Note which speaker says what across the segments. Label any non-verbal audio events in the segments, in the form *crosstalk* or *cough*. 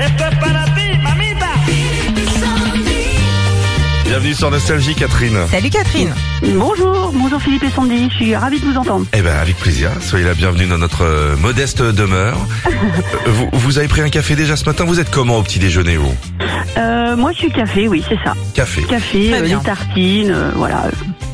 Speaker 1: Esto es para ti, mamita.
Speaker 2: Bienvenue sur Nostalgie, Catherine.
Speaker 3: Salut Catherine
Speaker 4: Bonjour, bonjour Philippe et Sandy, je suis ravie de vous entendre.
Speaker 2: Eh ben, avec plaisir. Soyez la bienvenue dans notre euh, modeste
Speaker 3: *laughs*
Speaker 2: demeure. Euh, vous, vous avez pris un café déjà ce matin Vous êtes comment au petit déjeuner, vous
Speaker 4: Euh, moi je suis café, oui, c'est ça.
Speaker 2: Café.
Speaker 4: Café,
Speaker 3: Très
Speaker 4: euh,
Speaker 3: bien.
Speaker 4: des tartines, euh, voilà.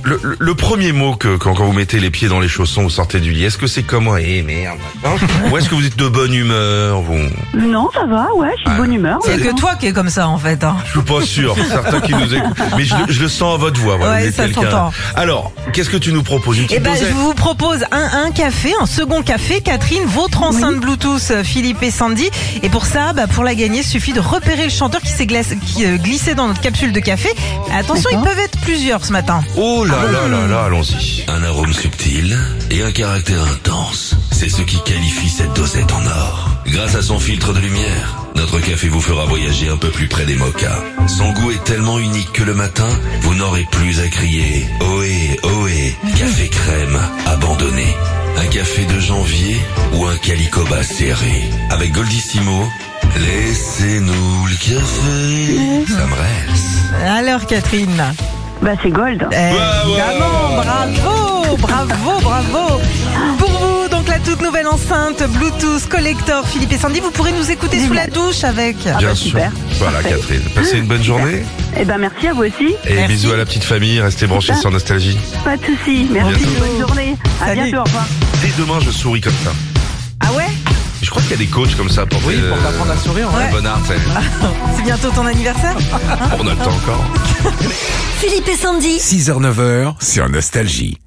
Speaker 2: Le, le- le premier mot que quand, quand vous mettez les pieds dans les chaussons, vous sortez du lit, est-ce que c'est comment Eh merde.
Speaker 3: *laughs*
Speaker 2: hein Ou est-ce que vous êtes de bonne humeur vous
Speaker 4: Non, ça va, ouais, je suis
Speaker 2: Ah,
Speaker 4: de bonne humeur.
Speaker 3: C'est
Speaker 4: maintenant.
Speaker 3: que toi qui es comme ça en fait. hein.
Speaker 2: Je suis pas
Speaker 3: *laughs*
Speaker 2: sûr. Certains qui nous écoutent. Mais je, le- je le sens à votre voix. Voilà,
Speaker 3: Ouais,
Speaker 2: vous êtes
Speaker 3: ça
Speaker 2: quelqu'un.
Speaker 3: s'entend.
Speaker 2: Alors, qu'est-ce que tu nous proposes Une
Speaker 3: Eh
Speaker 2: petite
Speaker 3: ben, je
Speaker 2: dosette
Speaker 3: vous propose un, un café, un second café. Catherine, votre enceinte Bluetooth, euh, Philippe et Sandy. Et pour ça, bah, pour la gagner, il suffit de repérer le chanteur qui s'est glace- qui, euh, glissé dans notre capsule de café. Attention, ils
Speaker 4: D'accord.
Speaker 3: peuvent être plusieurs ce matin.
Speaker 2: Oh
Speaker 4: Ah
Speaker 2: là
Speaker 4: bah
Speaker 2: là là là, allons-y.
Speaker 5: Un arôme subtil et un caractère intense, c'est ce qui qualifie cette dosette en or. Grâce à son filtre de lumière, notre café vous fera voyager un peu plus près des mochas. Son goût est tellement unique que le matin, vous n'aurez plus à crier « Ohé, ohé, café crème, abandonné ». Un café de janvier ou un calicoba serré. Avec Goldissimo, laissez-nous le café.
Speaker 4: Mmh.
Speaker 5: Ça me reste.
Speaker 3: Alors Catherine.
Speaker 4: Bah c'est Gold.
Speaker 3: Évidemment, bravo, bravo, bravo. Pour vous, donc la toute nouvelle enceinte Bluetooth collector Philippe et Sandy, vous pourrez nous écouter sous la douche avec.
Speaker 2: Bien
Speaker 4: bah,
Speaker 2: sûr.
Speaker 4: super.
Speaker 2: Voilà,
Speaker 4: Parfait.
Speaker 2: Catherine. Passez une bonne journée.
Speaker 4: Eh ben merci à vous aussi,
Speaker 2: Et
Speaker 3: Merci.
Speaker 2: bisous à la petite famille. Restez branchés sur Nostalgie.
Speaker 4: pas de soucis, merci,
Speaker 2: bientôt.
Speaker 4: bonne journée, à
Speaker 3: Salut.
Speaker 4: bientôt, au revoir.
Speaker 2: Dès demain, je souris comme ça.
Speaker 3: Ah ouais
Speaker 2: Je crois qu'il y a des coachs comme ça pour
Speaker 6: Oui,
Speaker 2: faire,
Speaker 6: pour
Speaker 2: euh,
Speaker 6: t'apprendre à sourire. hein.
Speaker 2: le
Speaker 3: Ouais.
Speaker 2: bon art. tu sais.
Speaker 3: C'est bientôt ton anniversaire
Speaker 2: On a le temps encore.
Speaker 7: Philippe et Sandy.
Speaker 6: 6h-9h sur Nostalgie.